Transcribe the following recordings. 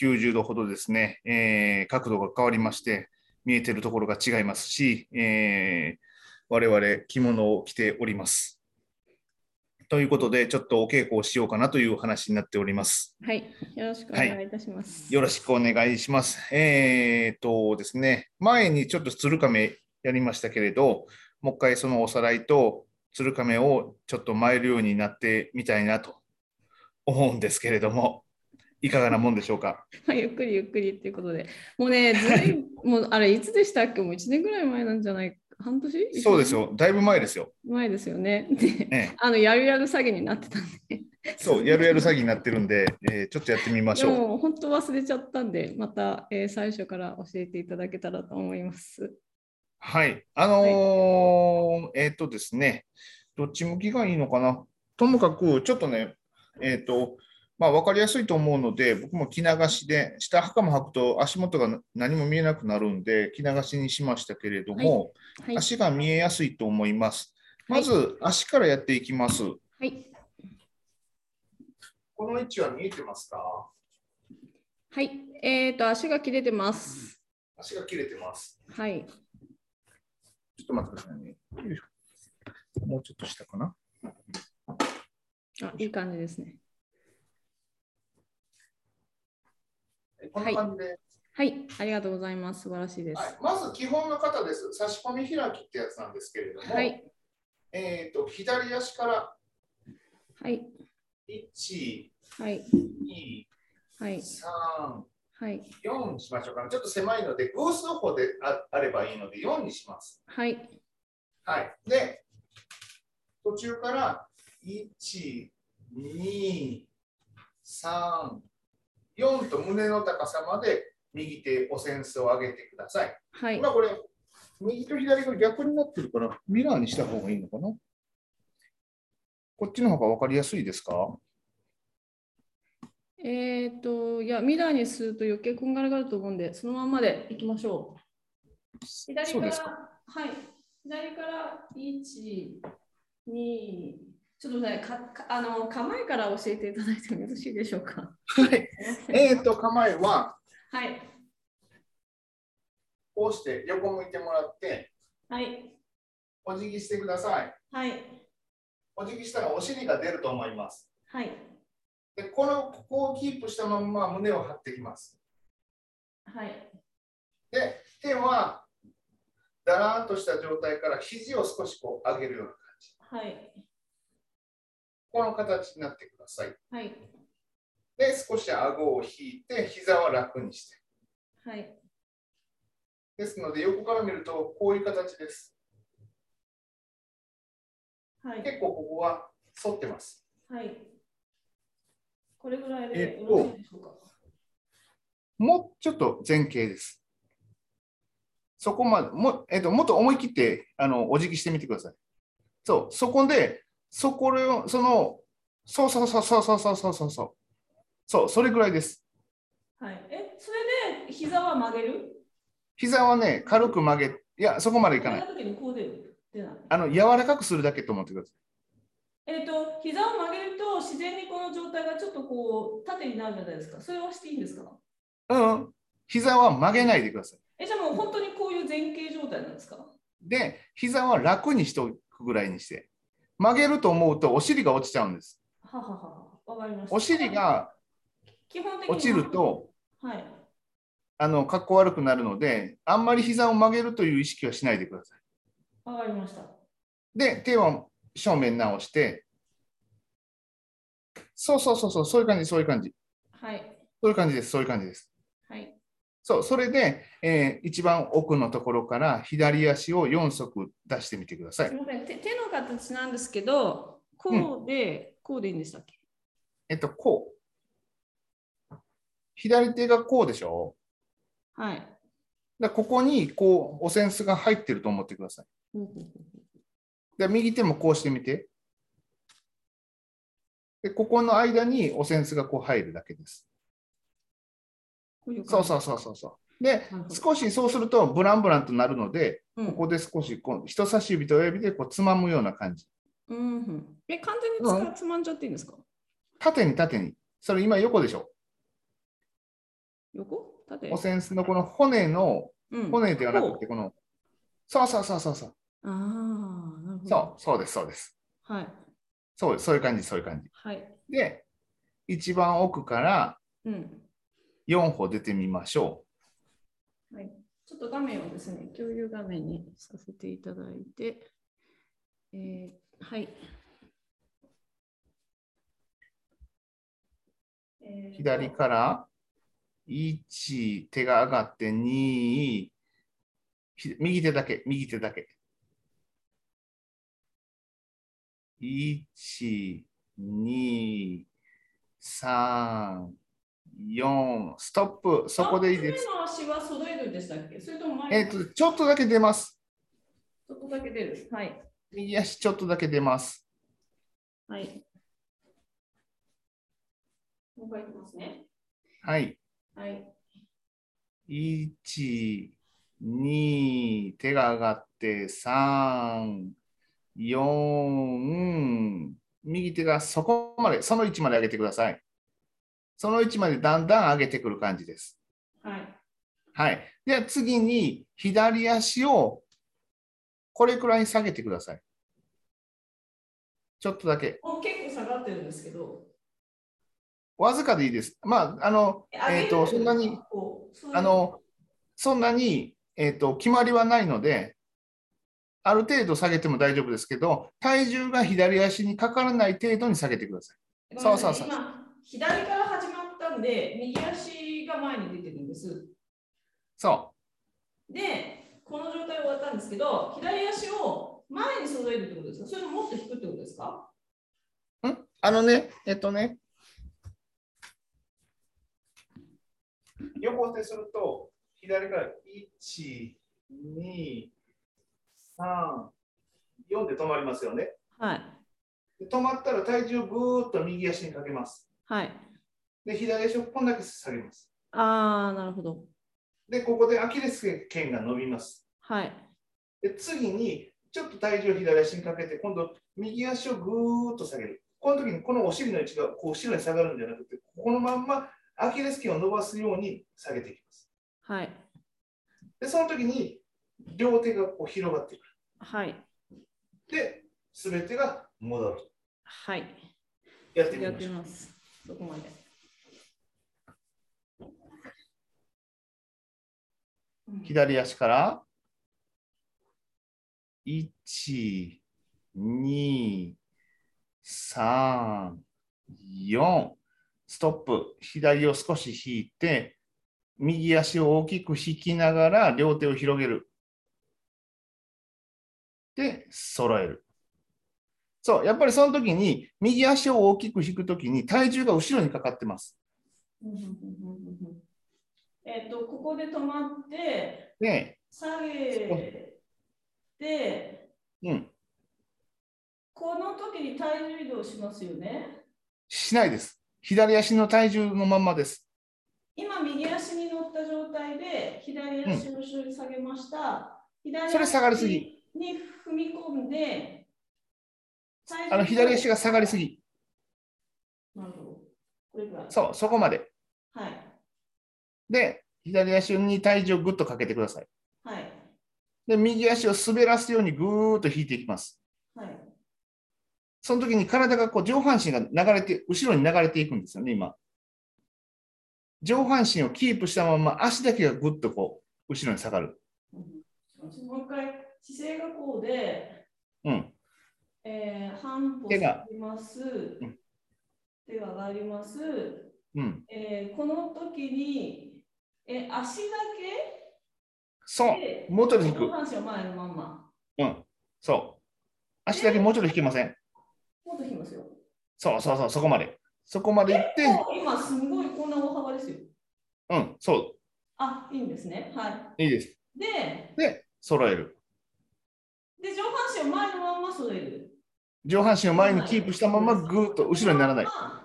90度ほどですね、えー角度が変わりまして、見えてるところが違いますし、えー我々着物を着ております。ということで、ちょっとお稽古をしようかなというお話になっております。はい、よろしくお願いいたします。よろしくお願いします。えー、とですね、前にちょっと鶴亀やりましたけれど、もう一回そのおさらいと鶴亀をちょっと参るようになってみたいなと思うんですけれども、いかがなもんでしょうか。まあゆっくりゆっくりっていうことで、もうね、ずいもうあれいつでしたっけ？もう一年ぐらい前なんじゃない？半年？そうです。よ、だいぶ前ですよ。前ですよね。で、ね、あのやるやる詐欺になってたんで、そう、やるやる詐欺になってるんで、えーちょっとやってみましでょう。も本当忘れちゃったんで、また、えー最初から教えていただけたらと思います。はい、あのーえっ、とですね、どっち向きがいいのかな。ともかく、ちょっとね、えっ、と、まあ、分かりやすいと思うので、僕も着流しで、下袴履くと足元が何も見えなくなるんで、着流しにしましたけれども、はい。足が見えやすいと思います。まず、足からやっていきます。はい。この位置は見えてますかはい。えっ、と足が切れてます。足が切れてます。はい。ちょっと待ってくださいね。よいしょもうちょっと下かな。あ、いい感じですね。こんな感じで、はい。ありがとうございます。素晴らしいです。はいまず基本の方です。差し込み開きってやつなんですけれども、はい。えー、と左足からはい。 1、はい。 2、はい。 3、はい。 4にしましょうかね。ちょっと狭いので、偶数法でああればいいので、4にします。はい。はい。で、途中から1、2、3、4と胸の高さまで右手、お扇子を上げてください。はい。今これ、右と左が逆になってるから、ミラーにした方がいいのかなこっちの方が分かりやすいですかえっ、と、いや、ミラーにすると余計こんがらがると思うんで、そのまんまでいきましょう。左そうかでら、すはい。左から、1、2、ちょっとね、かかあの構えから教えていただいてもよろしいでしょうか。はい。えっと、構えは、はい。こうして横向いてもらって、はい。お辞儀してください。はい。お辞儀したらお尻が出ると思います。はい。で、この、ここをキープしたまんま胸を張ってきます。はい。で、手は、だらーっとした状態から肘を少しこう上げるような、はい。この形になってください。はい。で、少し顎を引いて、膝は楽にして。はい。ですので、横から見ると、こういう形です。はい。結構ここは反ってます。はい。これぐらいでえっとよろしいでしょうか。もうちょっと前傾です。そこまで、も,、えっともっと思い切ってあのお辞儀してみてください。そう、そこで、そこを、その、そうそうそうそうそうそうそうそうそう。そう、それぐらいです。はい。え、それで膝は曲げる膝はね、軽く曲げ、いや、そこまでいか曲なげい。た時にこう出る出ない。あの、柔らかくするだけと思ってください。えっ、と、膝を曲げると自然にこの状態がちょっとこう縦になるじゃないですか。それはしていいんですかうんうん。膝は曲げないでください。え、じゃあもう本当にこういう前傾状態なんですかで、膝は楽にしておくぐらいにして。曲げると思うとお尻が落ちちゃうんです。はははは。わかりました。お尻が基本的には落ちる。と、はい。あの、格好悪くなるので、あんまり膝を曲げるという意識はしないでください。わかりました。で、手を正面直して、そうそうそうそう、そういう感じ、そういう感じ。はい。そういう感じです、そういう感じです。はい。そう、それで、えー一番奥のところから左足を4足出してみてくださすい。みません。手手の形なんですけど、こうで、こうでいいんでしたっけえっと、こう。左手がこうでしょはい。でここにこうお扇子が入ってると思ってください。ほうほうほで右手もこうしてみて。でここの間にお扇子がこう入るだけです。うこういうそう感じそうそうそうそう。でなるほど少しそうするとブランブランとなるのでうんここで少しこう人差し指と親指でこうつまむような感じ。うんうん。え、完全につかつまんじゃっていいんですか縦に縦に。それ今横でしょ。横縦お扇子のこの骨の、うん骨ではなくて、この、そうそうそうそうそう、ああ、なるほど。そう、そうです、そうです。はい。そうです、そういう感じ、そういう感じ。はい。で、一番奥からうん。 4歩出てみましょはい。ちょっと画面をですね、共有画面にさせていただいて、えー、はい。えーう。と左から、1、手が上がって2、ひ右手だけ、右手だけ。1、2、3、4、ストップ、そこでいいです。あ手の足は揃えるんでしたっけそれとも前えっ、と、ちょっとだけ出ます。そこだけ出る。はい。右足ちょっとだけ出ます。はい。もう一回いきますね。はい。はい。 1、2、手が上がって、3、4、右手がそこまで、その位置まで上げてください。その位置までだんだん上げてくる感じです。はい。はい。では次に、左足をこれくらい下げてください。ちょっとだけ。もう結構下がってるんですけど。わずかでいいです。まあ、あの、えっ、と、そんなに。こうそういうあの、そんなに、えっと決まりはないので、ある程度下げても大丈夫ですけど、体重が左足にかからない程度に下げてください。ごめんなそさういそうそう今、左から始まったんで、右足が前に出てるんです。そで、この状態終わったんですけど、左足を前に揃えるってことですかそれとももっと引くってことですかう。んあのね、えっとね、横手すると、左から1、2、3、4で止まりますよね。はい。で止まったら体重をぐーっと右足にかけます。はい。で、左足をこんだけ下げます。ああ、なるほど。で、ここでアキレス腱が伸びます。はい。で、次に、ちょっと体重を左足にかけて、今度、右足をぐーっと下げる。この時に、このお尻の位置がこう後ろに下がるんじゃなくて、このまんまアキレス腱を伸ばすように下げていきます。はい。で、その時に、両手がこう広がっていく。はい。で、すべてが戻る。はい。やってみやまってしょう。ます。そこまで。うん左足から、1、2、3、4、ストップ。左を少し引いて、右足を大きく引きながら両手を広げる。で、揃える。そう、やっぱりその時に、右足を大きく引く時に体重が後ろにかかってます。うんうんうんうんうんえっと、ここで止まって、で、下げて、うん、この時に体重移動しますよね。しないです。左足の体重のまんまです。今、右足に乗った状態で、左足を後ろに下げました。左それ下がりすぎ足に踏み込んで、体重あの左足が下がりすぎ。なるほど。これぐらい。そう、そこまで。はい。で、左足に体重をぐっとかけてください。はい。で、右足を滑らすようにぐーっと引いていきます。はい。その時に体がこう上半身が流れて、後ろに流れていくんですよね、今。上半身をキープしたまま足だけがぐっとこう、後ろに下がる。うんもう一回、姿勢がこうで、うん。えー、半歩手が下りますうん。手が上がります。うん。えー、この時に、えー、足だそう。けもうちょっとで、引く上。半身は前のまんま。うん。そう。足だけもうちょっと引けません。もっと引きますよ。そうそうそう、そこまで。そこまで行って、お今、すごいこんな大幅ですよ。うん、そあ、いいんですね。はう。いいです。い。で、で、揃える。で上半身を前のまんま揃える。上半身を前にキープしたままぐーっと後ろにならない。まあ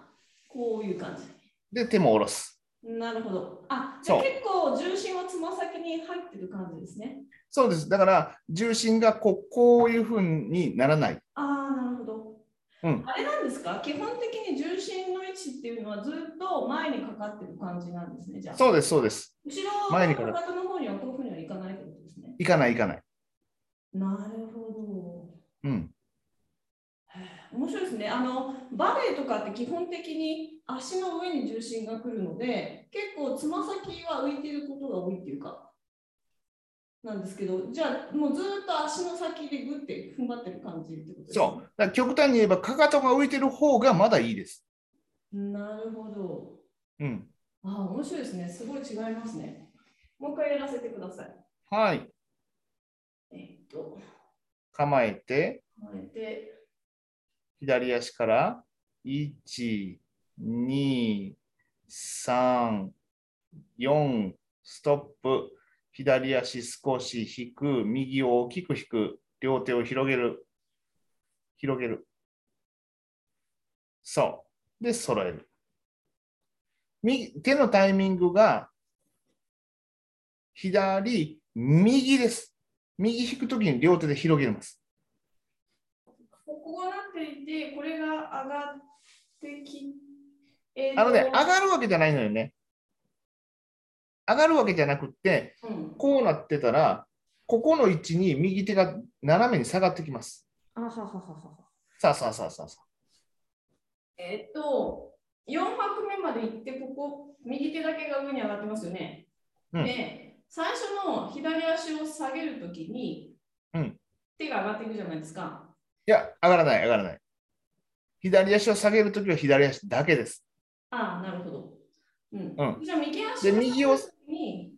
こういう感じ。で、手も下ろす。なるほど。あ、じゃあそう結構重心はつま先に入ってる感じですね。そうです。だから、重心がこうこういうふうにならない。ああ、なるほど。うんあれなんですか基本的に重心の位置っていうのはずっと前にかかってる感じなんですね。じゃあ、そうです、そうです。後ろ前にかかかるかとの方にはこういうふうにはいかないってことですね。行かない、行かない。なるほうん。ど。面白いですね。あの、バレエとかって基本的に足の上に重心が来るので、結構つま先は浮いてることが多いっていうか、なんですけど、じゃあもうずっと足の先でグッて踏ん張ってる感じってことですねそう。だから極端に言えば、かかとが浮いてる方がまだいいです。なるほど。うん。ああ、面白いですね。すごい違いますね。もう一回やらせてください。はい。えっと、構えて、これで、左足から、1、2、3、4、ストップ。左足少し引く、右を大きく引く、両手を広げる。広げる。そう。で、揃える。右手のタイミングが、左、右です。右引くときに両手で広げます。ここがなっていて、これが上がってき、えっとあのね、上がるわけじゃないのよね。上がるわけじゃなくって、うん、こうなってたら、ここの位置に右手が斜めに下がってきます。あはははは。さあさあさあさあさあ。えっと、4拍目まで行って、ここ、右手だけが上に上がってますよね。うんで、最初の左足を下げるときに、うん手が上がっていくじゃないですか。いや、上がらない、上がらない。左足を下げるときは左足だけです。ああ、なるほど。うん。うじゃあ、右足で右を下げる時に、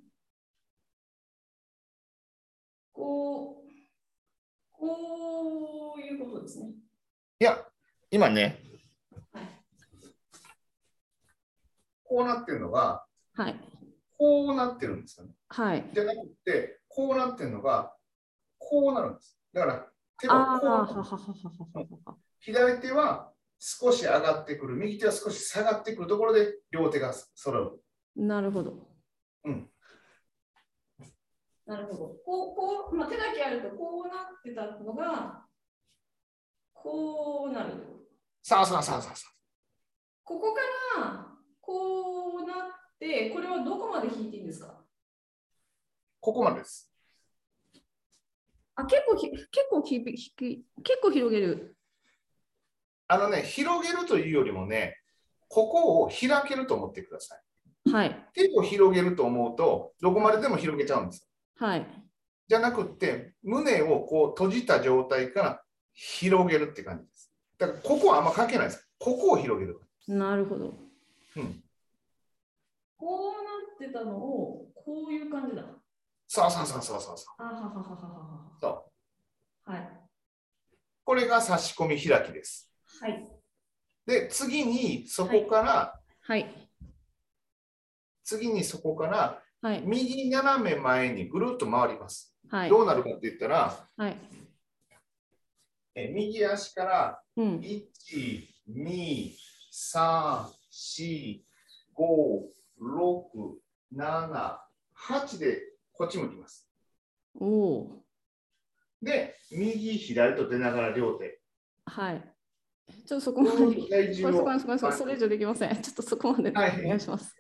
こう、こういうことですね。いや、今ねはい、こうなってるのが、はい。こうなってるんですよね。はい。じゃなくて、こうなってるのが、こうなるんです。だから、手ああ、がはこうはなはってるはは。左手は少し上がってくる、右手は少し下がってくるところで両手が揃う。なるほど。うん。なるほど。こう、こう、まあ、手だけあると、こうなってたのが、こうなる。さあさあさあさあさここから、こうなって、これはどこまで引いていいんですかあ、ここまでです。あ、結構ひ、結構ひび、ひき、結構広げる。あのね、広げるというよりもね、ここを開けると思ってください。はい。手を広げると思うと、どこまででも広げちゃうんです。はい。じゃなくって、胸をこう閉じた状態から広げるって感じです。だから、ここはあんま関係ないです。ここを広げる。なるほど。うん。こうなってたのを、こういう感じだ。さあさあさあさあさあさあ。あははははははそう。は。はい。これが差し込み開きです。はい。で、次にそこから、はい。次にそこからはい。右斜め前にぐるっと回ります。はい。どうなるかって言ったら、はい。え右足からうん。 1、2、3、4、5、6、7、8でこっち向きます。おお。で、右、左と出ながら両 手。はい。ちょっとそここまで。の体重ごめんを。なさいごめんなさいはいそれ以上できません。ちょっとそこまでおはい願いします。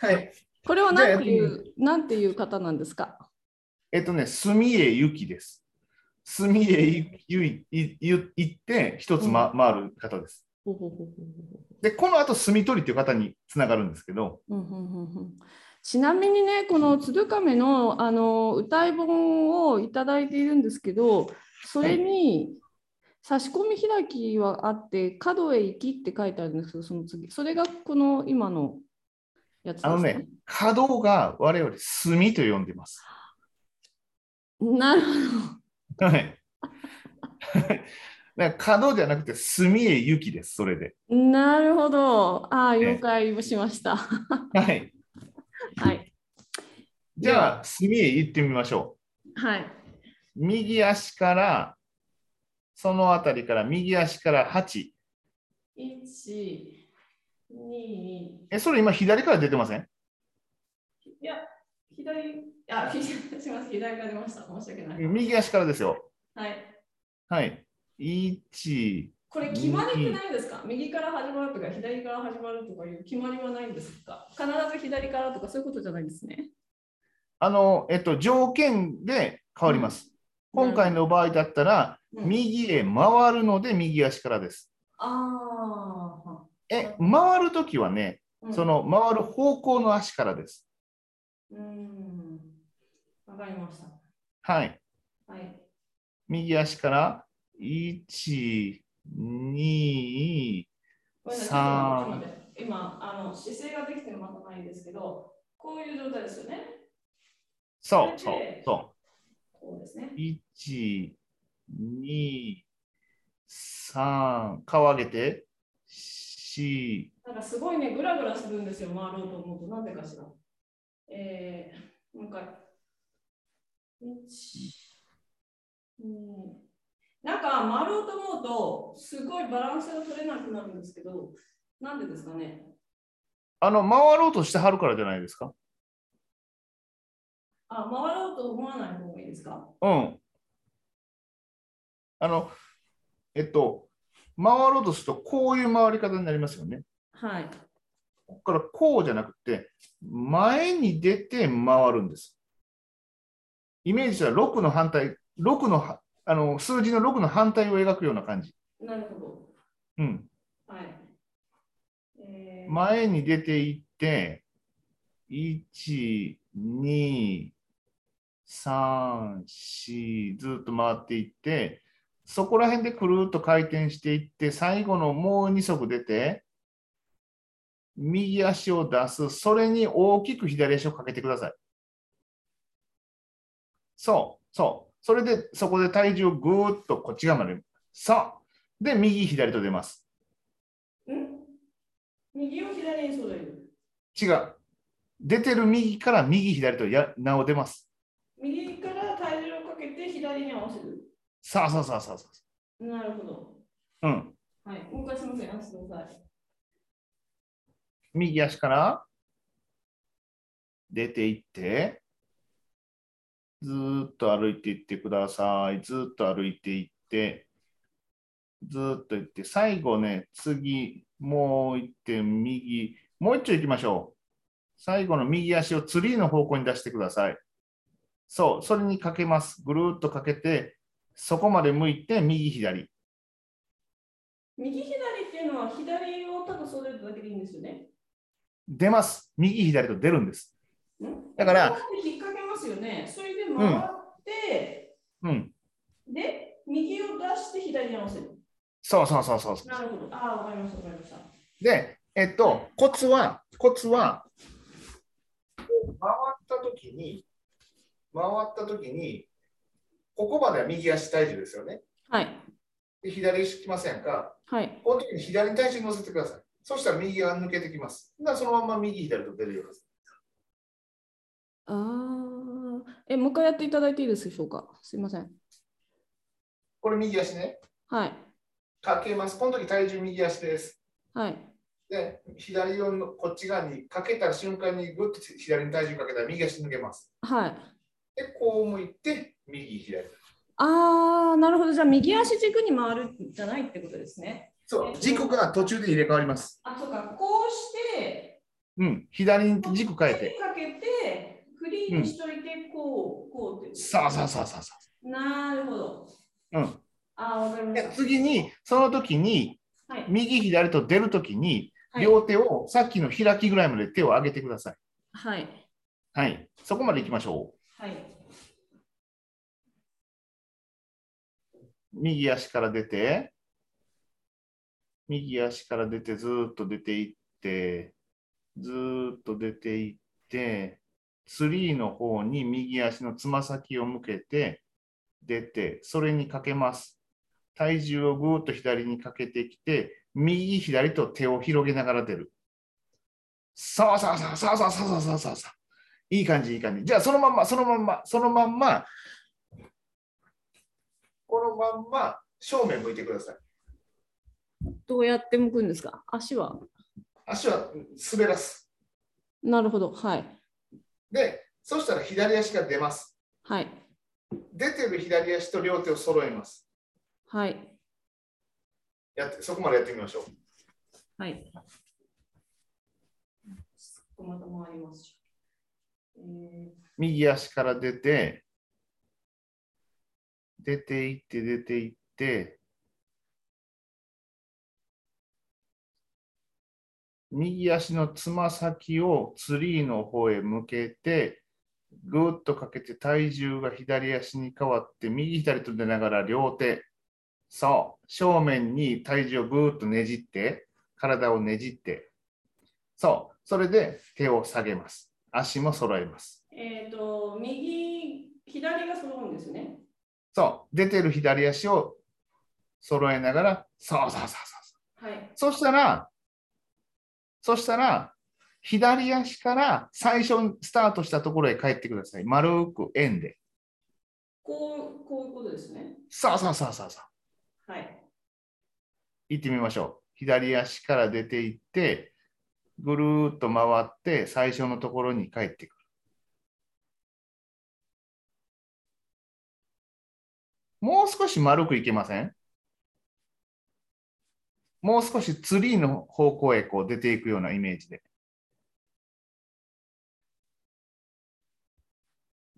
はい。これはなんていじゃあやう、なんていう方なんですかえっとね、墨へ行きです。墨へ行きゆゆ行って、一つ、ま回る方です。ほうほうほうほうほうで、この後、墨取りという方につながるんですけど、うんうんうんうんちなみにね、この鶴亀のあの歌い本をいただいているんですけど、それに差し込み開きはあって、角へ行きって書いてあるんですけど、その次、それがこの今のやつですかあのね、稼働が我々墨と呼んでます。なるほはい。 だから稼働じゃなくて墨へ行きです、それで。ど、 なるほど、ああ、了解しま した。はい。はい、じゃあ、墨へ行ってみましょはい、う。右足から、そのあたりから、右足から8。一、二、え、それ今左から出てませんいや、左、あ、左、 すみません、左が出ました、申し訳ない。右足からですよ。はい。はい。1、これ決まりってないんですか右から始まるとか左から始まるとかいう決まりはないんですか必ず左からとかそういうことじゃないですね。あの、えっと、条件で変わります。うん今回の場合だったら、うん右へ回るので右足からです。ああ、え、回るときはね、うんその回る方向の足からです。うん。わかりました。はい。はい。右足から、1、2、ごめんなさいちょっとさあ待ってちょっと待って今、あの姿勢ができてるまたないんですけど、こういう状態ですよね。そう、そそうれで、そこうですねう。。1、2、3、顔上げて、4、なんかすごいね、ぐらぐらするんですよ、回ろうと思うと、なんでかしら。えー、もう一回。1、2、なんか回ろうと思うと、すごいバランスが取れなくなるんですけど、なんでですかね。あの、回ろうとしてはるからじゃないですか。あ、回ろうと思わない方がいいですかうん。あの、えっと、回ろうとすると、こういう回り方になりますよね。はい。ここからこうじゃなくて、前に出て回るんです。イメージは6の反対、6のは、あの、数字の6の反対を描くような感じ。なるほうん。ど。はい。えー、前に出ていって、1、2、3、4ずっと回っていって、そこら辺でくるっと回転していって、最後のもう2足出て、右足を出す、それに大きく左足をかけてください。そう、そう。それで、そこで体重をぐーっとこっち側まで。そう。で、右、左と出ます。ん右を左にそうだよ。違う。出てる右から右左とや名を出ます。右から体重をかけて左に合わせる。さあさあさあさあさなるほど。あ。うん。はい。もう一回すみません、話してください。右足から出ていって、ずーっと歩いていってください。ずーっと歩いていって、ずーっと行って、最後ね、次、もう一点右、もう一丁行きましょう。最後の右足をツリーの方向に出してください。そう、それにかけます。ぐるーっとかけて、そこまで向いて、右、左。右左っていうのは左をただ袖るだけでいいんですよね。出ます。右、左と出るんです。んだから、引っ掛けますよね。それで回って、うん。で、右を出して左に合わせる。そうそうそうそうそなるほど。ああ、わかりました、わかりました。う。で、えっと、コツは、コツは、回ったときに、回ったときに、ここまでは右足体重ですよね。はい。で左足きませんか。はい。この時に左に体重乗せてください。そしたら右が抜けてきます。だからそのまま右、左と出るようです。ああ。え、もう一回やっていただいていいですでしょうか。すいません。これ右足ね。はい。かけます。この時体重右足です。はい。で、左をのこっち側にかけた瞬間にグッと左に体重かけたら右足抜けます。はい。で、こう向いて、右、左。ああ、なるほど。じゃあ、右足軸に回るんじゃないってことですね。そう、軸が途中で入れ替わります。あ、そうか。こうして、うん、左に軸変えて。かけて、フリーにしといて、こう、こうって。さあさあさあさあさなるほど。あ。うん。あー、わかりまでし次に、その時に、た。はい。右、左と出る時に、はい両手をさっきの開きぐらいまで手を上げてください。はい。はい。そこまで行きましょはい。う。右足から出て、右足から出て、ずーっと出ていって、ずーっと出ていって、ツリーの方に右足のつま先を向けて、出て、それにかけます。体重をぐーっと左にかけてきて、右、左と手を広げながら出る。さあさあさあさあさあさあさあさあさあ。いい感じ、いい感じ。じゃあ、そのまんま、そのまんま、そのまんま、このまんま正面向いてください。どうやって向くんですか足は。足は滑らす。なるほど。はい。で、そしたら左足が出ます。はい。出てる左足と両手を揃えます。はい。やってそこまでやってみましょう。はい。そこまた回ります。えー右足から出て、出ていって、出ていって、右足のつま先をツリーの方へ向けて、ぐーっとかけて体重が左足に変わって、右左と出ながら両手、そう、正面に体重をぐーっとねじって、体をねじって、そう、それで手を下げます。足も揃えます。えーと、右、左が揃うんですね。そう、出てる左足を揃えながら、そうそうそうそうはい。そう。そしたら、そしたら、左足から最初にスタートしたところへ帰ってください。丸く円で。こう、こういうことですね。そうそうそうそうそう。はい。行ってみましょう。左足から出て行って、ぐるーっと回って、最初のところに帰ってくる。もう少し丸くいけませんもう少しツリーの方向へこう出ていくようなイメージで。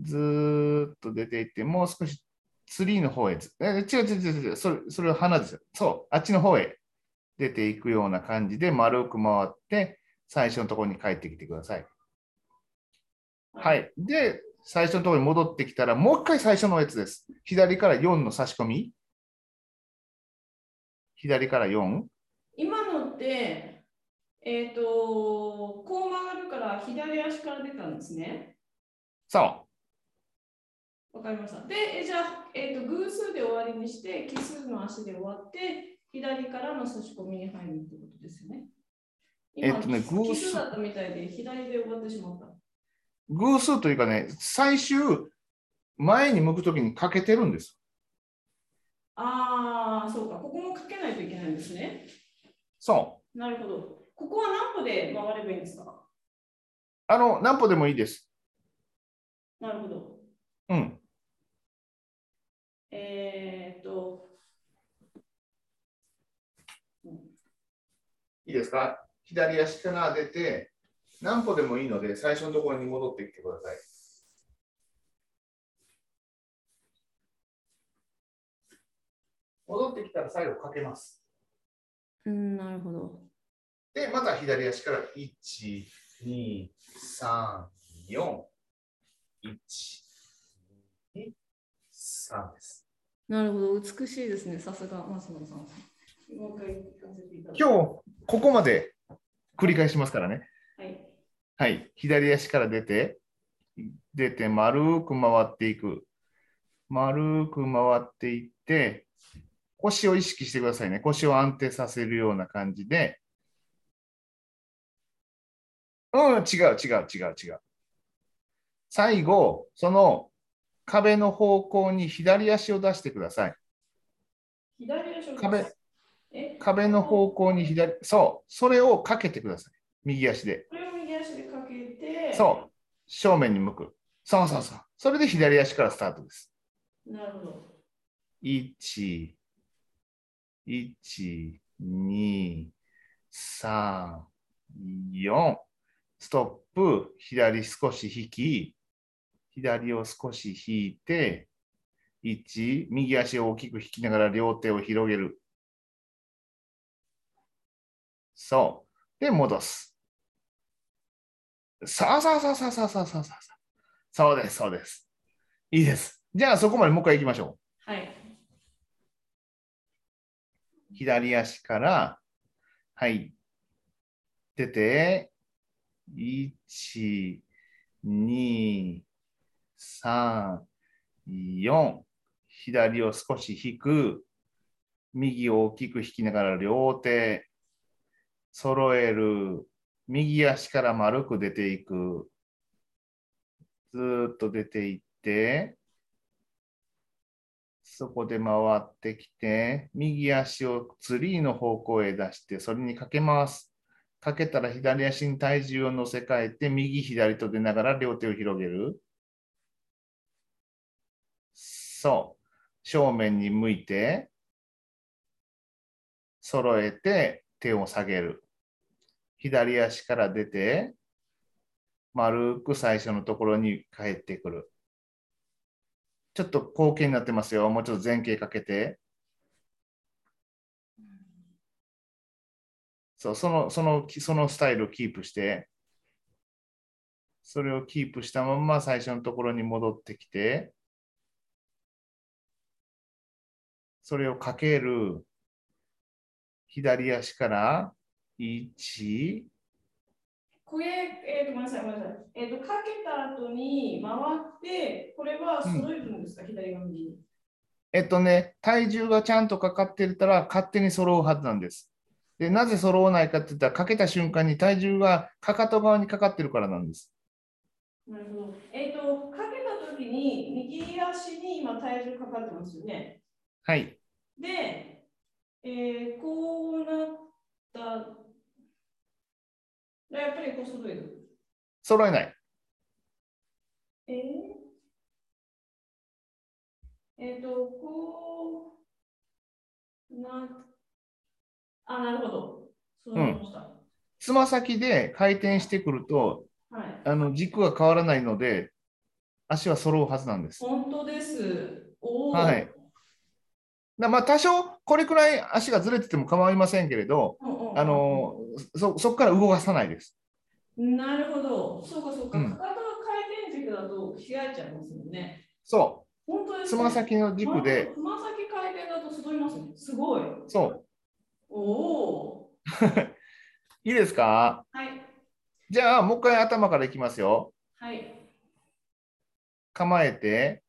ずーっと出ていって、もう少しツリーの方へず。え違う違う違う違う。それ、それは花ですよ。そう。あっちの方へ出ていくような感じで丸く回って、最初のところに帰ってきてください。は。い。で、最初のところに戻ってきたら、もう一回最初のやつです。左から4の差し込み。左から 4? 今のって、えーと、こう曲がるから左足から出たんですね。そわかりました。で、えじゃあ、えーと、偶数で終わりにして、奇数の足で終わって、左からの差し込みに入るってことですよね。今えっとね偶数奇数だったみたいで、左で終わってしまった。う。偶数というかね、最終、前に向くときに欠けてるんです。ああ、そうか。ここもかけないといけないんですね。そう。なるほど。ここは何歩で回ればいいんですかあの、何歩でもいいです。なるほど。うん。えー、っと、いいですか左足から出て、何歩でもいいので、最初のところに戻ってきてください。戻ってきたら最後かけます。うん、なるほど。で、また左足から、1、2、3、4、1、2、3です。なるほど。美しいですね。さすが松野さん。もう一回聞かせていただき今日、ここまで繰り返しますからね。はい。はい、左足から出て、出て、丸く回っていく。丸く回っていって、腰を意識してくださいね。腰を安定させるような感じで。うん、違う、違う、違う、違う。最後、その壁の方向に左足を出してください。左足を壁え、壁の方向に左、そう、それをかけてください。右足で。これを右足でかけて、そう、正面に向く。そうそうそう。それで左足からスタートです。う。なるほど。 1、1、2、3、4。ストップ、左少し引き、左を少し引いて、1、右足を大きく引きながら両手を広げる。そう。で、戻す。さあさあさあさあさあさあさあさあ。そうです、そうです。いいです。じゃあ、そこまでもう一回行きましょう。はい。左足から、はい、出て、1、2、3、4、左を少し引く、右を大きく引きながら両手、揃える、右足から丸く出ていく、ずーっと出ていって、そこで回ってきて、右足をツリーの方向へ出して、それにかけます。かけたら左足に体重を乗せ替えて、右左と出ながら両手を広げる。そう。正面に向いて。揃えて手を下げる。左足から出て、丸く最初のところに帰ってくる。ちょっと後傾になってますよ。もうちょっと前傾かけて。そう、その、その、そのスタイルをキープして、それをキープしたまんま最初のところに戻ってきて、それをかける。左足から、1、これ、えーと、ごめんなさい、ごめんなさい。えーと、かけた後に回って、これは揃えるんですか、左側右に。えっとね、体重がちゃんとかかってたら勝手に揃うはずなんです。で、なぜ揃わないかって言ったら、かけた瞬間に体重がかかと側にかかってるからなんです。なるほど。えっ、と、かけた時に、右足に今体重かかってますよね。はい。で、えーこうなったら、やっぱりこう揃える。揃えない。えー、えっ、と、こうなあ、なるほど。そうなりました。つま先で回転してくると、はい。あの軸が変わらないので、足は揃うはずなんです。本当です。おお。はい。だまあ、多少これくらい足がずれてても構いませんけれど、うんうんうんあのそそこから動かさないです。なるほど。そうかそうか。うかんかとが回転軸だと開いちゃいますもんね。そ本当でう。すつねま先の軸で、。つま先回転だと揃いますね。すごい。そう。おお。いいですかはい。じゃあ、もう一回頭からいきますよ。はい。構えて、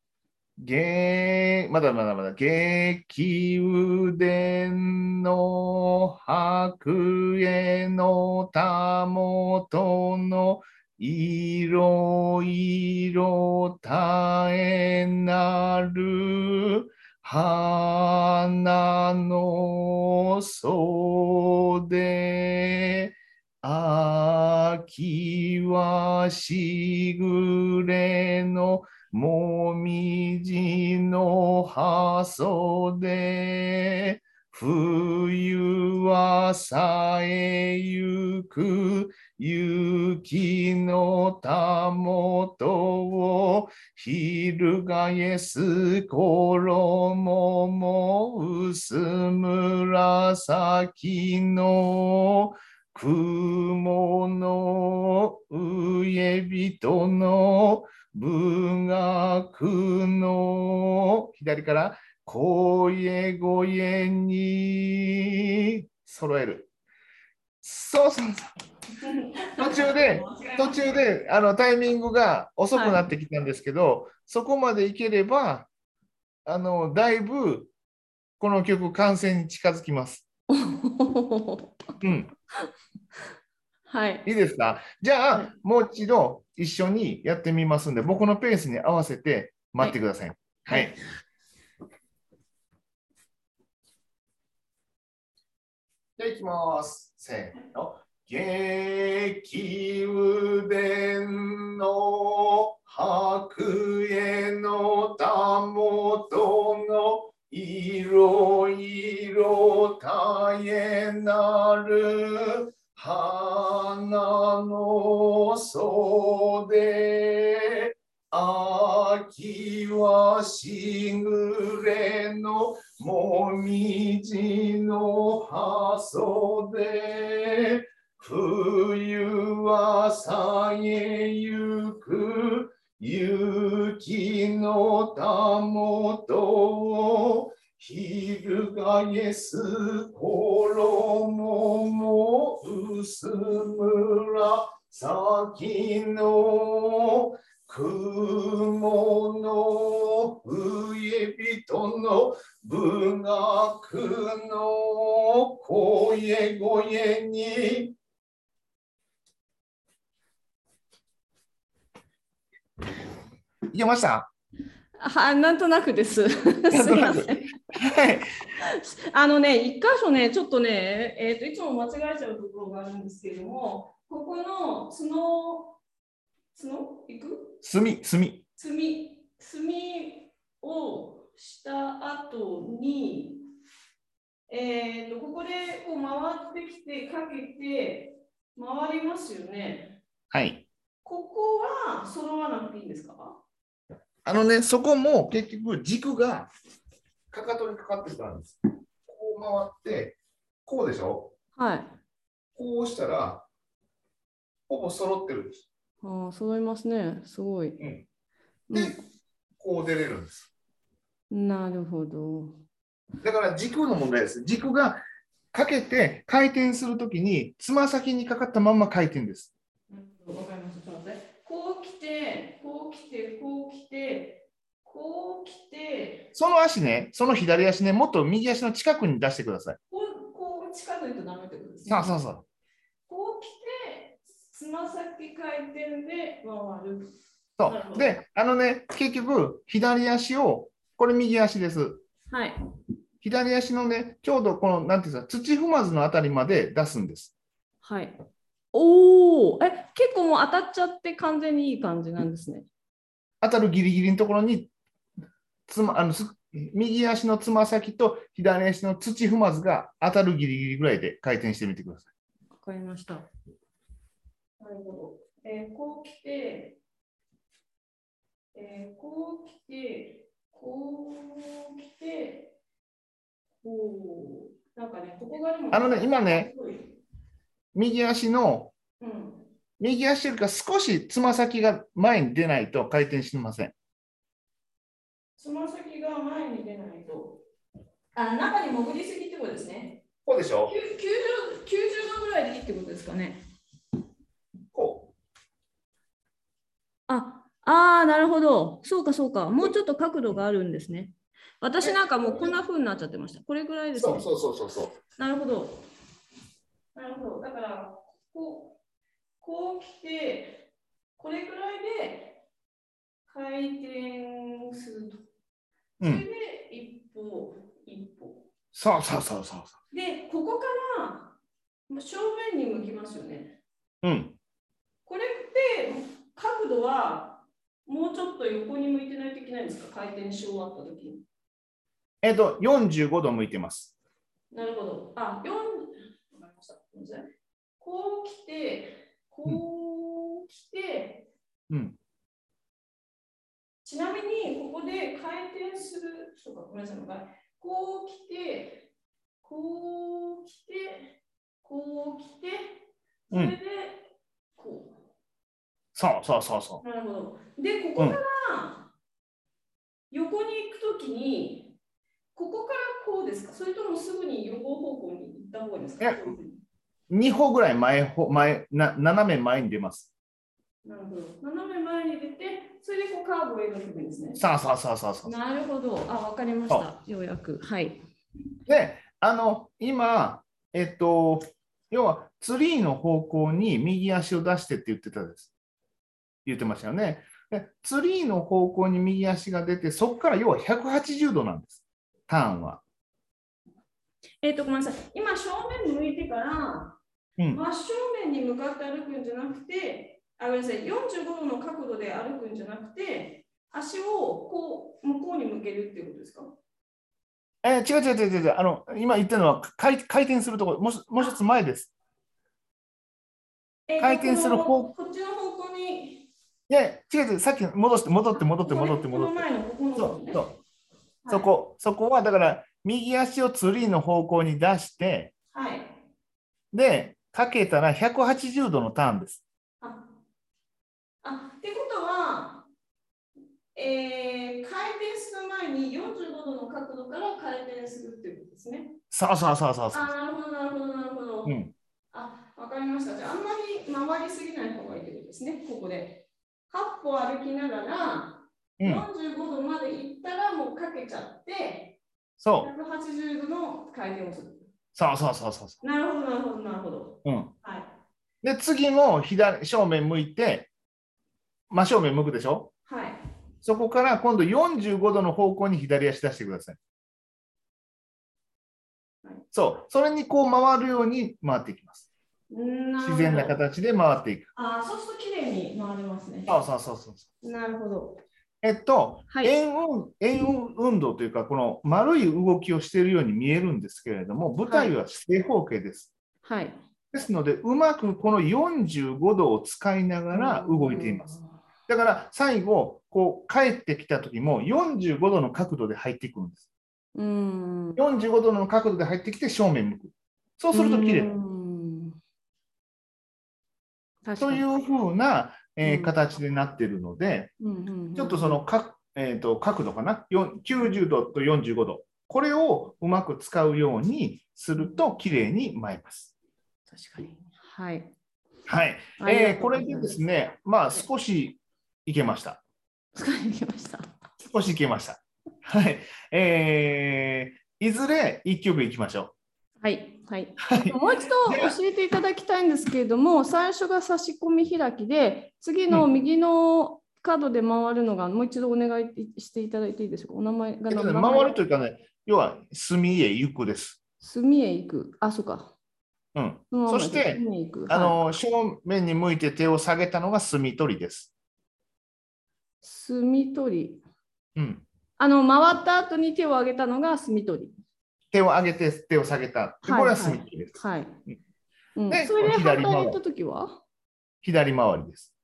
げーまだまだまだ、激腕の白衣のたもとのいろいろたえなる花の袖秋はしぐれのもみじの葉袖冬はさえゆく雪のたもとを翻す衣も薄紫の雲の上人の文学の左から声声に揃える。そうそうそう。途 中で途中であのタイミングが遅くなってきたんですけど、そこまでいければあのだいぶこの曲完成に近づきます。 うん。はい。いいですかじゃあ、はいもう一度一緒にやってみますんで、僕のペースに合わせて待ってください。はい。じゃあ、いきます。せーの。激腕の白衣のたもとのいろいろ大変なる花の袖秋はしぐれのもみじの葉袖冬はさえゆく雪のたもとを翻す衣も薄紫の雲の上人の文学の声声にいけましたはなんと なくです。すいません。はい。あのね、一箇所ね、ちょっとね、えー、といつも間違えちゃうところがあるんですけれども、ここの角、角いく墨、墨。積み、積みをした後に、えーと、ここでこう回ってきて、かけて、回りますよね。はい。ここは揃わなくていいんですかあのね、そこも結局軸がかかとにかかってたんです。こう回って、こうでしょはい。こうしたら、ほぼ揃ってるんです。ああ、揃いますね。すごい。んうで、こう出れるんです。んなるほど。だから軸の問題です。軸がかけて回転するときに、つま先にかかったまんま回転です。うんわかりました。ちょっと待って。こう来て、こう来て、こう来て、こう来て、その足ね、その左足ね、もっと右足の近くに出してください。こうこう近づいてダメってことですねそうそうそう。こう来て、つま先回転で回る。そなるほうどで、あのね、結局、左足を、これ右足です。はい。左足のね、ちょうどこの、なんていうんですか、土踏まずのあたりまで出すんです。はい。おお、え、結構もう当たっちゃって完全にいい感じなんですね。当たるギリギリのところに、つま、あの、す右足のつま先と左足の土踏まずが当たるギリギリぐらいで回転してみてください。わかりました。なるほど。えーこう来て、えーこう来て、こう来て、こう。なんかね、ここがでもあのね今ね。すごい右足の、うん。右足よりか少しつま先が前に出ないと回転しません。つま先が前に出ないと。あ、中に潜りすぎってことですね。こうでしょきゅ90 90度ぐらいでいいってことですかね。こあ、あーなるほど。そうかそうか。もうちょっと角度があるんですね。私なんかもうこんな風になっちゃってました。これぐらいうですね。そうそうそうそう。なるほど。なるほど。だから、こう、こう来て、これぐらいで回転すると。うそれん。で一歩、一歩。そうそうそうそう。で、ここからもう正面に向きますよね。うん。これって角度はもうちょっと横に向いてないといけないんですか回転し終わった時に。えっ、と、45度向いてます。なるほど。あ、四。わかりました。ごめんなさいこう来て、こう来て、うん。ちなみにここで回転する、そうか、ごめんなさい、ごめんなさいこう来て、こう来て、こう来て、それで、こ。そうそうそうそうなるほど。で、ここから横に行くときに、ここからこうですかそれともすぐに横方向に行った方がいいですかいやう。2歩ぐらい前ほ前な、斜め前に出ます。なるほど。斜め前に出て、それでこうカーブを描くんですね。そうそうそうそうそう。なるほど。あ、わかりました。ようやく。はい。で、あの、今、えっと、要はツリーの方向に右足を出してって言ってたです。言ってましたよね。で、ツリーの方向に右足が出て、そこから要は180度なんです。ターンは。えっ、と、ごめんなさい。今、正面に向いてから、うん。真正面に向かって歩くんじゃなくて、あ、ごめんなさい。45度の角度で歩くんじゃなくて、足をこう、向こうに向けるっていうことですかえー違う違う違う違う。あの、今言ったのは回回転するところ、もうしもう一つ前です。えーと回転する方このこっちの方向に。いや、違う違う。さっき戻して、戻って、戻って、戻って、こ戻のって。前のここのそ方うね。そう。そこ、そこはだから、右足をツリーの方向に出して、はい。はい。で、かけたら180度のターンです。あ、あってことは、えー、回転する前に45度の角度から回転するっていうことですね。そうそうそうそうそう。あ、なるほど、なるほど、なるほど。うん、あ、わかりました。じゃあ、あんまり回りすぎない方がいいってことですね、ここで。8歩歩きながら、うん、 45度まで行ったらもうかけちゃって、そう、 180度の回転をする。そうそうそうそうそなるほど、なるほど、なるほど。う。うん、はい。で、次も左正面向いて、真正面向くでしょはい。そこから今度45度の方向に左足出してくださいはい。そう、それにこう回るように回っていきます。なるほど自然な形で回っていく。あーそうすると綺麗に回れますね。そうそうそうそう。なるほど。えっと、はい円運円運運動というか、この丸い動きをしているように見えるんですけれども、舞台は正方形です。はい。ですので、うまくこの45度を使いながら動いています。。だから最後、こう帰ってきた時も45度の角度で入っていくんです。うん。 45度の角度で入ってきて正面向く。そうすると綺麗。うん。確かとにいうふうな、えーうん形になっているので、うんうんうんちょっとその角,、えー、と角度かな、よん90度と45度、これをうまく使うようにすると、綺麗に舞います。確かに。はい。はい、ありがえーとうこれでです。ね、まあ、少しいけました。使いに来ました。少しいけました。はい、えーいずれ一曲いきましょはい。はい。いもう一度教えていただきたいんですけれども、最初が差し込み開きで、次の右の角で回るのが、もう一度お願いしていただいていいでしょうか。お名前う。がえっ名と前ね、回るというかね、要は墨へ行くです。隅へ行く。あ、そうか。うん、のままでそして隅へ行くあはいの正面に向いて手を下げたのが墨取りです。墨取り。うん、あの、回った後に手を上げたのが墨取り。手を上げて手を下げた。でこれは墨取りです。はいうん。うんでそれで反対左に回る行った時は左回りです。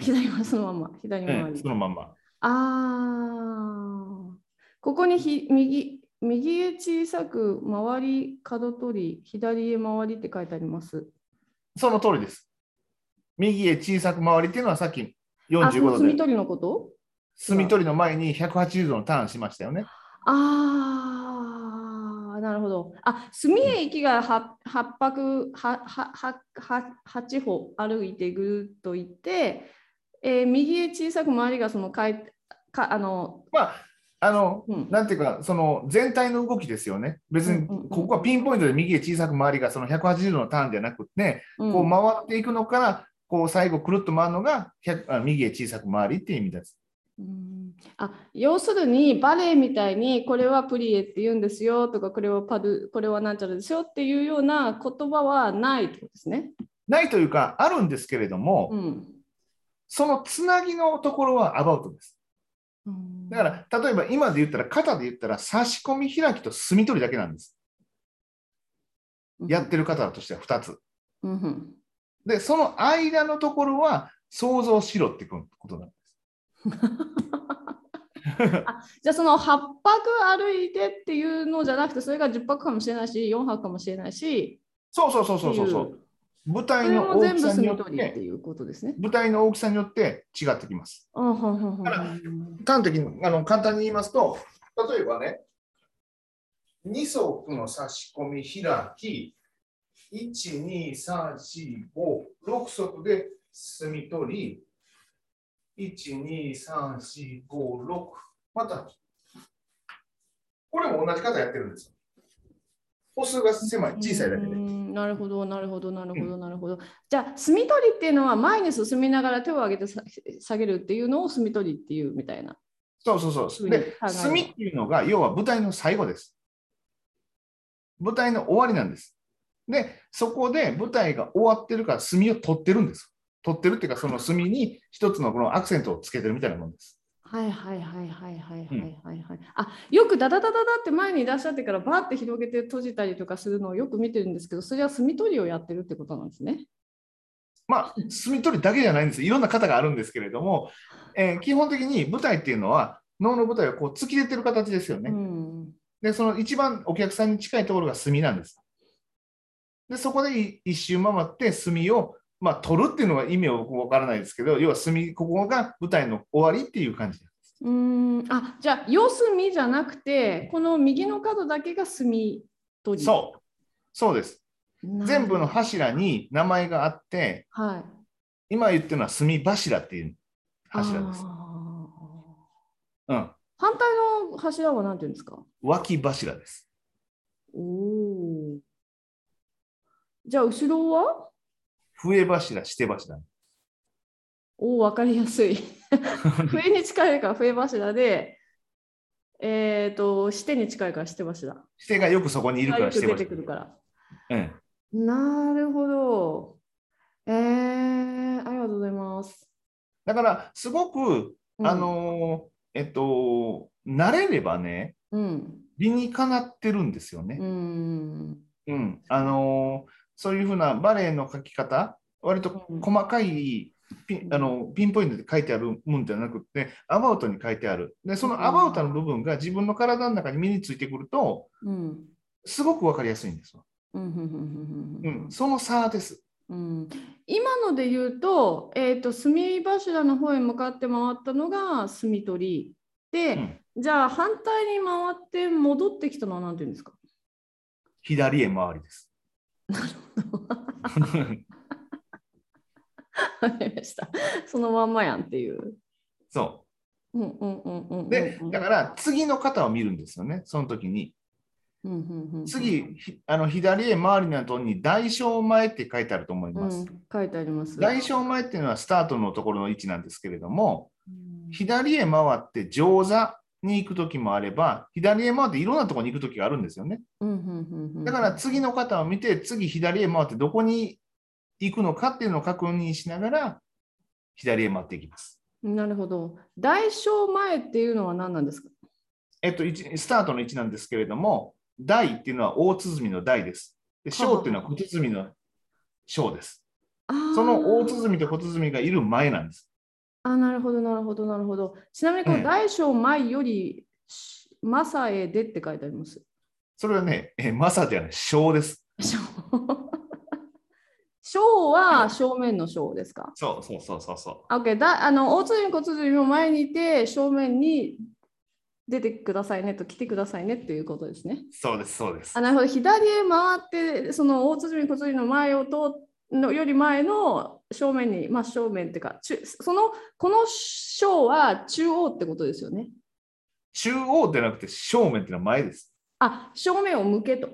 左はそのまま。左え回えりそ。のまんま。ああ、ここにひ右右へ小さく回り角取り左へ回りって書いてあります。その通りです。右へ小さく回りっていうのはさっきあ、その45度墨で、取りのこと？墨取りの前に180度のターンしましたよね。ああ、なるほど。あ、墨へ行きがは八泊はははは八歩歩いてぐるっと行って、えー右へ小さく回りがそのかいかあの、まあ、あの、うん、なんていうか、その全体の動きですよね。別うにんうんうんここはピンポイントで右へ小さく回りがその180度のターンじゃなくて、うんこう回っていくのから、こう最後くるっと回るのが100あ右へ小さく回りっていう意味です。うんあ要するにバレエみたいにこれはプリエって言うんですよとかこれはパドゥこれはなんちゃらですよっていうような言葉はないってことですね。ないというか、あるんですけれども、うん、そのつなぎのところはアバウトです。だから、例えば今で言ったら、肩で言ったら、差し込み開きと墨取りだけなんです。うんやってる方としては2つ。うんうんで、その間のところは、想像しろってことなんです。じゃあその8泊歩いてっていうのじゃなくてそれが10泊かもしれないし4泊かもしれないしそうそうそうそうそうそう。舞そ台れの大も全き部さに墨よっ取りってて、いうことですね。舞台の大きさによって違ってきます。あはんはんはんはん端的にあの簡単に言いますと、例えばね、2足の差し込み開き、1、2、3、4、5、6足で墨取り、1、2、3、4、5、6、また、これも同じ方やってるんですよ。歩数が狭い、小さいだけうで。ーんなるほど、なるほど、なるほど、なるほど。じゃあ、墨取りっていうのは前に進みながら手を上げてさ下げるっていうのを墨取りっていうみたいな。そうそうそう。で、はい墨っていうのが、要は舞台の最後です。舞台の終わりなんです。で、そこで舞台が終わってるから、墨を取ってるんです。取ってるっていうか、その墨に一つのこのアクセントをつけてるみたいなもんです。はいはいはいはいはいはいはいはい。あよくダダダダダって前にいらっしゃってからバーって広げて閉じたりとかするのをよく見てるんですけど、それは墨取りをやってるってことなんですね。まあ、墨取りだけじゃないんです。いろんな型があるんですけれども、えー基本的に舞台っていうのは、能の舞台はこう突き出てる形ですよね。うん。で、その一番お客さんに近いところが墨なんです。で、そこでい一周回って墨を、まあ、取るっていうのは意味は僕わからないですけど、要は墨、ここが舞台の終わりっていう感じ。うーんあじゃあ、四隅じゃなくて、この右の角だけが墨取り。そう。そうです。う全部の。柱に名前があって、はい。今言ってるのは墨柱っていう柱です。あーうん。反対の柱は何て言うんですか脇柱です。おお。じゃあ後ろは笛柱、して柱。おお、わかりやすい。笛に近いから笛柱で、えっ、と、してに近いからして柱。指定がよくそこにいるかよらくして出柱てく。るから。うん。なるほど。えー、ありがとうございます。だから、すごくうんあのーえっと、慣れればね、うん。理にかなってるんですよねう。ん。うん、あのーそういうふうなバレエの書き方、割と細かいピンあのピンポイントで書いてあるもんじゃなくて、アバウトに書いてある。で、そのアバウトの部分が自分の体の中に身についてくると、うん。すごくわかりやすいんですよ。うんうんううんん、その差です。うん今ので言うと,、えー、と墨柱の方へ向かって回ったのが墨取りで、じゃあ反対に回って戻ってきたのは何て言うん ですか左へ回りです。わかりましたそのまんまやんっていう。 そうんうんうんうんうんうんう。で、だから次の方を見るんですよね、その時に。うんうんうんうん次、ひあの左へ回りの後に大正前って書いてあると思いうます。ん、書いてあります。大正前っていうのはスタートのところの位置なんですけれども、うん左へ回って上座に行く時もあれば、左へ回っていろんなところに行く時があるんですよね。うんうんうんうんだから次の方を見て、次左へ回ってどこに行くのかっていうのを確認しながら、左へ回っていきます。なるほど。大正前っていうのは何なんですかえっと、位置スタートの位置なんですけれども、大っていうのは大鼓の大です。で、小っていうのは小鼓の小です。そその大鼓と小鼓がいる前なんです。あ、なるほど、なるほど、なるほど。ちなみに、こうのん大小前より、しマサエでって書いてあり ます。それはね、えマサじゃない、小です。小小は正面の小ですかそうそうそうそうそあ ?OK、だあの大鼓小鼓も前にいて、正面に出てくださいねと、来てくださいねということですね。う。そうです、そうですあ。なるほど、左へ回って、その大鼓小鼓の前を通のより前の正面に、まあ、正面っていうか、中そのこの小は中央ってことですよね。中央でなくて正面っていうのは前です。あ、正面を向けと。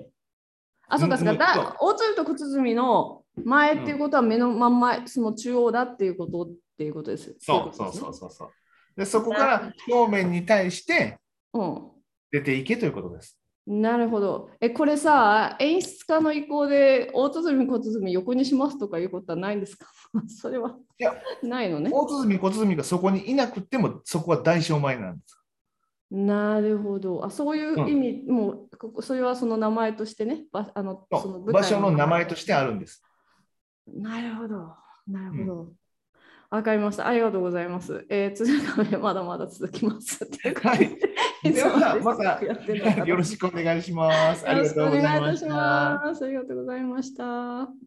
あ、そうか、そううか。んうんだ大鶴と小鼓の前っていうことは目の真ん前、その中央だっていうことっていうことです。そうそうそうそうそう。で、そこから正面に対してそ出ていけということです。う。うん。なるほど。え、これさ、演出家の意向で大鼓小鼓横にしますとかいうことはないんですか それは。いやないのね。大鼓、小鼓がそこにいなくても、そこは大正前なんです。なるほど。あ、そういう意味、もうここ、それはその名前としてね、ばあのそそうの舞場台所の名前としてあるんです。なるほど。なるほど。わ、かりました。ありがとうございます。えー、辻亀、まだまだ続 きます。ということではい。いつまでではま たやってんのかなよろしくお願いします。ありがとうございよろましくしおた願いいたします。ありがとうございました。